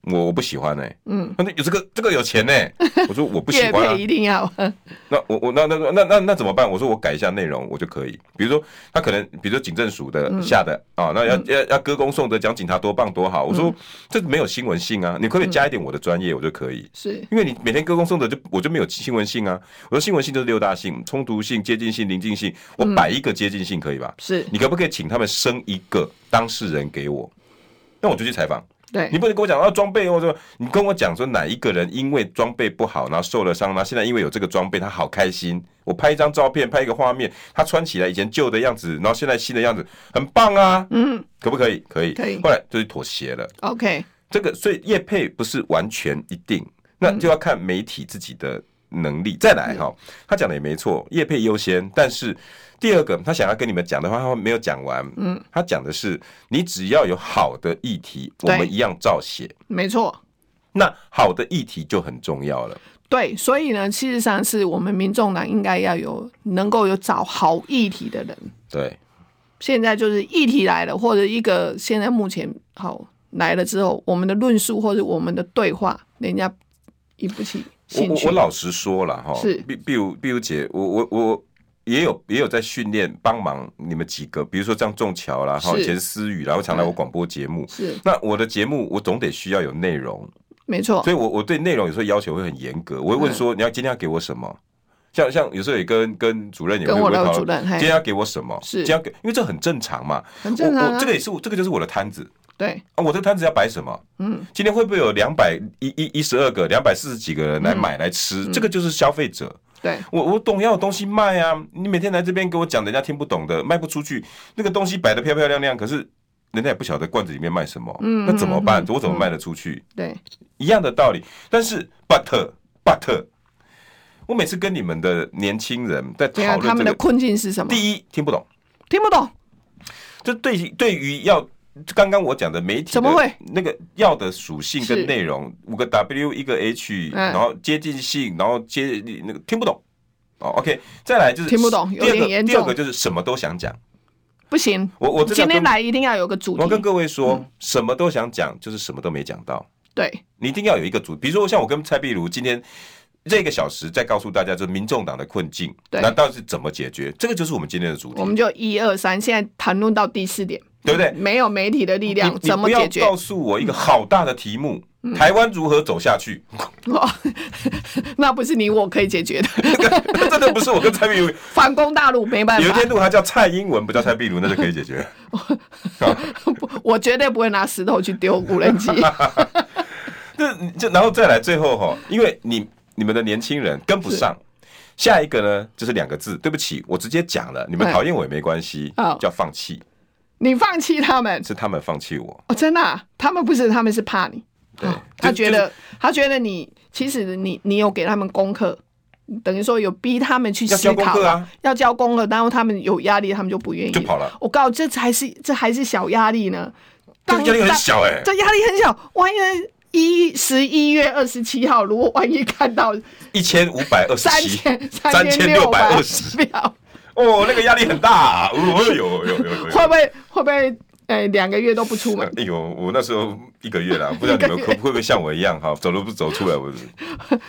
我我不喜欢哎、嗯，他说有这个这个有钱呢、欸我说我不喜
叶
欢、啊
配，一定要，
那我我那那那那那那怎么办？我说我改一下内容，我就可以。比如说他可能，比如说警政署的、下的啊，那要、要要歌功颂德，讲警察多棒多好，我说、这没有新闻性啊，你可不可以加一点我的专业，我就可以。
是
因为你每天歌功颂德就，我就没有新闻性啊。我说新闻性就是六大性：冲突性、接近性、临近性。我摆一个接近性可以吧？
是，
你可不可以请他们生一个当事人给我？那我就去采访。
对
你，不能跟我讲啊装备或者什么，你跟我讲说哪一个人因为装备不好，然后受了伤，然后现在因为有这个装备，他好开心。我拍一张照片，拍一个画面，他穿起来以前旧的样子，然后现在新的样子，很棒啊，
嗯
可不可以？可以。
可以
后来就是妥协了。
，OK，
这个所以业配不是完全一定，那
嗯
就要看媒体自己的能力。再来哈，他讲的也没错，业配优先，但是。第二个，他想要跟你们讲的话，他没有讲完。嗯，他讲的是，你只要有好的议题，我
对
们一样照写。
没错。
那好的议题就很重要了。
对，所以呢，事实上是我们民众党应该要有能够有找好议题的人。
对，
现在就是议题来了，或者一个现在目前好来了之后，我们的论述或者我们的对话，人家引不起
我
兴
我
趣。
我老实说了哈，
是
比比如比如姐，我我我也有也有在训练帮忙你们几个，比如说像仲桥啦，哈，
是
以前思雨啦，我常来我广播节目。
是
那我的节目我总得需要有内容，
没错
所，以我我对内容有时候要求会很严格，我会问说你要今天要给我什么。像像有时候也跟跟主任也会
跟我的
会讨论
主任嘿
今天要给我什么？
是
今天要给，因为这很正常嘛。
很正常
我
啊
我这个也是我这个就是我的摊子，
对，
啊，我这个摊子要摆什么？嗯，今天会不会有两百一一一十二个、两百四十几个人来
嗯
买来吃？这个就是消费者。
对，
我我懂要有东西卖啊！你每天来这边给我讲人家听不懂的，卖不出去，那个东西摆的漂漂亮亮，可是人家也不晓得罐子里面卖什么，
嗯
那怎么办？我怎么卖得出去？
对，
一样的道理，但是 but but，我每次跟你们的年轻人在
对啊，
讨
他
论这
们的
个，
困境是什么？
第一听不懂，
听不懂，
这对于对于要刚刚我讲的媒体的
怎么会
那个要的属性跟
是
内容，五个 W 一个 H，、
嗯
然后接近性，然后接那个听不懂。哦，OK，再来就是
听不懂有
第二
点
个
严
第二
重
个就是什么都想讲。
不行。
我我这个
今天
跟
来一定要有个主
我跟
题，
各位说，
嗯
什么都想讲，就是什么都没讲到。
对，
你一定要有一个主，比如说像我跟蔡壁如今天这个小时在告诉大家，就是民众党的困境，
对
那到底是怎么解决？这个就是我们今天的主题
我，们就一二三，现在谈论到第四点，
对不对？
没有媒体的力
你
量
你
怎么
不要
解决？嗯
告诉我一个好大的题目，台湾如何走下去？
哦， 那不是你我可以解决的。
那真的不是我跟蔡壁如，
反攻大陆没办
有一
法
天，如果他叫蔡英文，不叫蔡壁如，那就可以解 决。
我绝对不会拿石头去丢无人 机。
那你就然后再来最后哈，因为你你们的年轻人跟不上，下一个呢就是两个字，对不起，我直接讲了，你们
哎哦
讨厌我也没关系
好，
叫放弃，
你放弃他们，
是他们放弃我。
哦，真的啊、他们不是，他们是怕你。
对
哦他
就
觉
就
得他觉得你其实你你有给他们功课，等于说有逼他们去
要
思
交功
考
课啊，
要交功课，然后他们有压力，他们就不愿意
就跑了。
我告诉你这才是这还是小压力呢，
这个压力很
当
小哎、
这压力很小。万一一十一月二十七号，如果万一看到
一千五百二十
三
七，
千
三千
千
六百
百
二十，
秒，
哦，那个压力很大、啊，哦，有有有 有有。
会不会会不会呃两个月都不出门？
哎呦，我那时候一个月啦，不知道你们会会不会像我一样哈，走路不走出来，我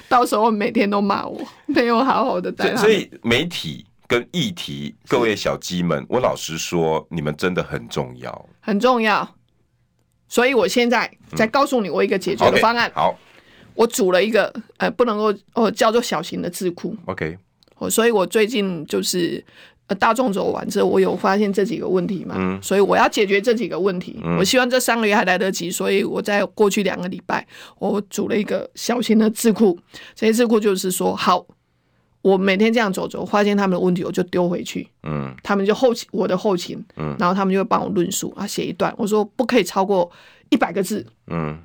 到时候每天都骂我，没有好好的带
所
他
所
们。
以媒体跟议题，各位小鸡们，我老实说，你们真的很重要。
很重要。所以我现在再告诉你我一个解决的
OK，
方案。
嗯好
我组了一个呃，不能够呃叫做小型的智库。
，OK，
我哦所以，我最近就是呃大众走完之后，我有发现这几个问题嘛，所以我要解决这几个问题。我希望这三个月还来得及，所以我在过去两个礼拜，我组了一个小型的智库。这些智库就是说，好，我每天这样走走，发现他们的问题，我就丢回去，
嗯
他们就后勤我的后勤，
嗯
然后他们就会帮我论述啊，写一段，我说不可以超过一百个字，
嗯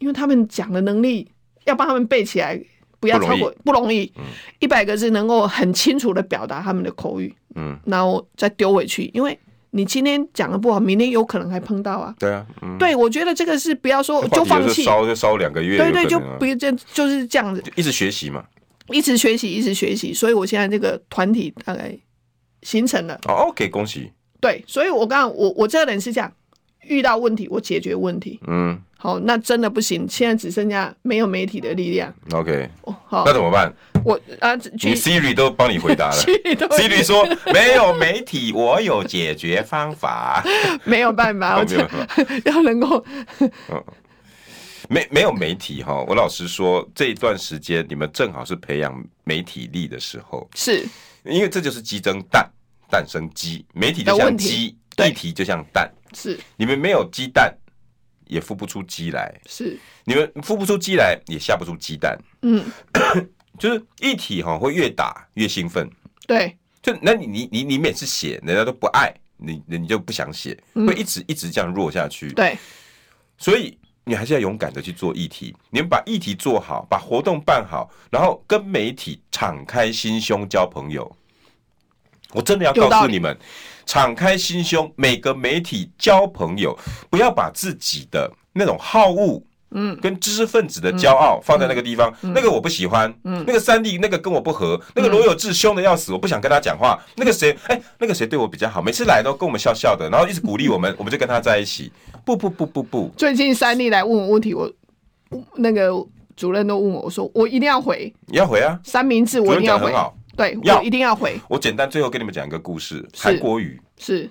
因为他们讲的能力要帮他们背起来，不要超过不容易，
嗯
一百个字能够很清楚的表达他们的口语，
嗯，
然后再丢回去，因为你今天讲的不好，明天有可能还碰到啊。
对啊，嗯，
对，我觉得这个是不要说
话题
就放
是
弃，
烧就烧两个月，
对对，
有
就
可能啊
不这就是这样子，
一直学习嘛。
一直学习，一直学习，所以我现在这个团体大概形成了。
哦，OK，恭喜，
对，所以我刚刚我我这个人是这样，遇到问题我解决问题。
嗯
好，那真的不行，现在只剩下没有媒体的力量。
，OK，
哦，好
那，怎么办？
我啊，
你
去
Siri 都帮你回答了
去 都
，Siri 说没有媒体，我有解决方法。
没有办法，
哦
我
没
觉
有
得要能够
没没有媒体哈，我老实说，这一段时间你们正好是培养媒体力的时候，
是
因为这就是鸡生蛋，蛋生鸡，媒体就
的
像
问题
鸡，
对
议题就像蛋，
是
你们没有鸡蛋，也孵不出鸡来，
是，
你们孵不出鸡来，也下不出鸡蛋，
嗯，
就是议题哈会越打越兴奋，
对，
就那你你你你每次写，人家都不爱你，你就不想写，
嗯
会一直一直这样弱下去。
对，
所以你还是要勇敢的去做议题，你们把议题做好，把活动办好，然后跟媒体敞开心胸交朋友。我真的要告
有道
诉
理
你们，敞开心胸，每个媒体交朋友，不要把自己的那种好恶。
嗯，
跟知识分子的骄傲放在那个地方，那个我不喜欢，嗯，那个三立那个跟我不合，
嗯
那个罗有志凶的要死，我不想跟他讲话。那个谁，哎，那个谁对我比较好，每次来都跟我们笑笑的，然后一直鼓励我们，我们就跟他在一起。不不不不不，
最近三立来问我问题，我那个主任都问我，我说我一定要回
你要回啊！
三明治，
主
我一
任
定要
讲得
回
很，好，
对
要
我一定要回，
我简单最后跟你们讲一个故事，
是
韩国语。
是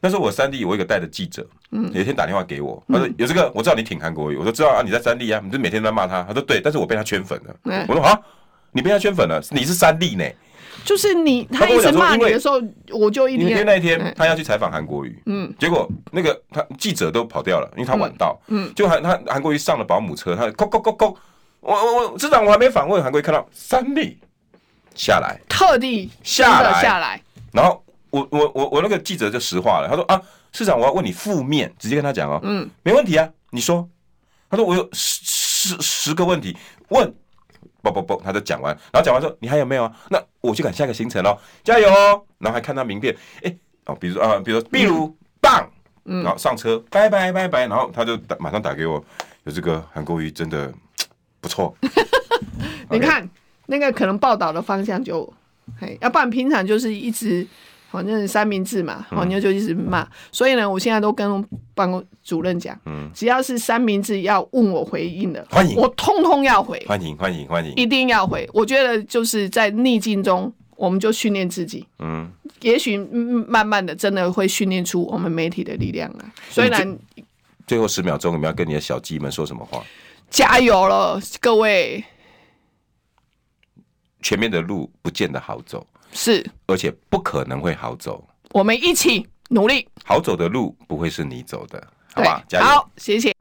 那时候我三立，我有一个带的记者，
嗯
有一天打电话给我，他说有这个，我知道你挺韩国语，我说知道啊，你在三立啊，你就每天都在骂他。他说对，但是我被他圈粉了。
嗯
我说啊，你被他圈粉了，你是三立呢。
就是你
他
他
跟
一
我
直
讲说
骂
因
你
为
的时候，我就一
因
定
为
要
那一天
嗯
他要去采访韩国瑜，
嗯，
结果那个他记者都跑掉了，因为他晚到，
嗯，
就韩他韩国瑜上了保姆车，他扣扣扣扣，我我我市长我还没访问韩国瑜，看到三立下来。
特地
下来
真的下来，
然后我我我我那个记者就石化了，他说啊，市长我要问你负面，直接跟他讲哦，
嗯，
没问题啊，你说，他说我有十十十个问题问，不不不，他就讲完，然后讲完说你还有没有啊？那我去赶下个行程喽，加油哦，然后还看他名片，哎哦，比如说啊，比如说比如棒，
嗯
然后上车，拜拜拜拜，然后他就打马上打给我，有这个韩国瑜真的不错，
你看那个可能报道的方向就，嘿，要不然平常就是一直反正三明治嘛，
嗯
反正就一直骂。所以呢，我现在都跟办公主任讲，
嗯
只要是三明治要问我回应的，
欢迎
我通通要回，
欢迎欢迎欢迎，
一定要回。我觉得就是在逆境中，我们就训练自己，
嗯，
也许嗯慢慢的真的会训练出我们媒体的力量啊。虽然
最后十秒钟你们要跟你的小鸡们说什么话？
加油了，各位
前面的路不见得好走，
是
而且不可能会好走。
我们一起努力，
好走的路不会是你走的，好
对
吧？，加油！
好，谢谢。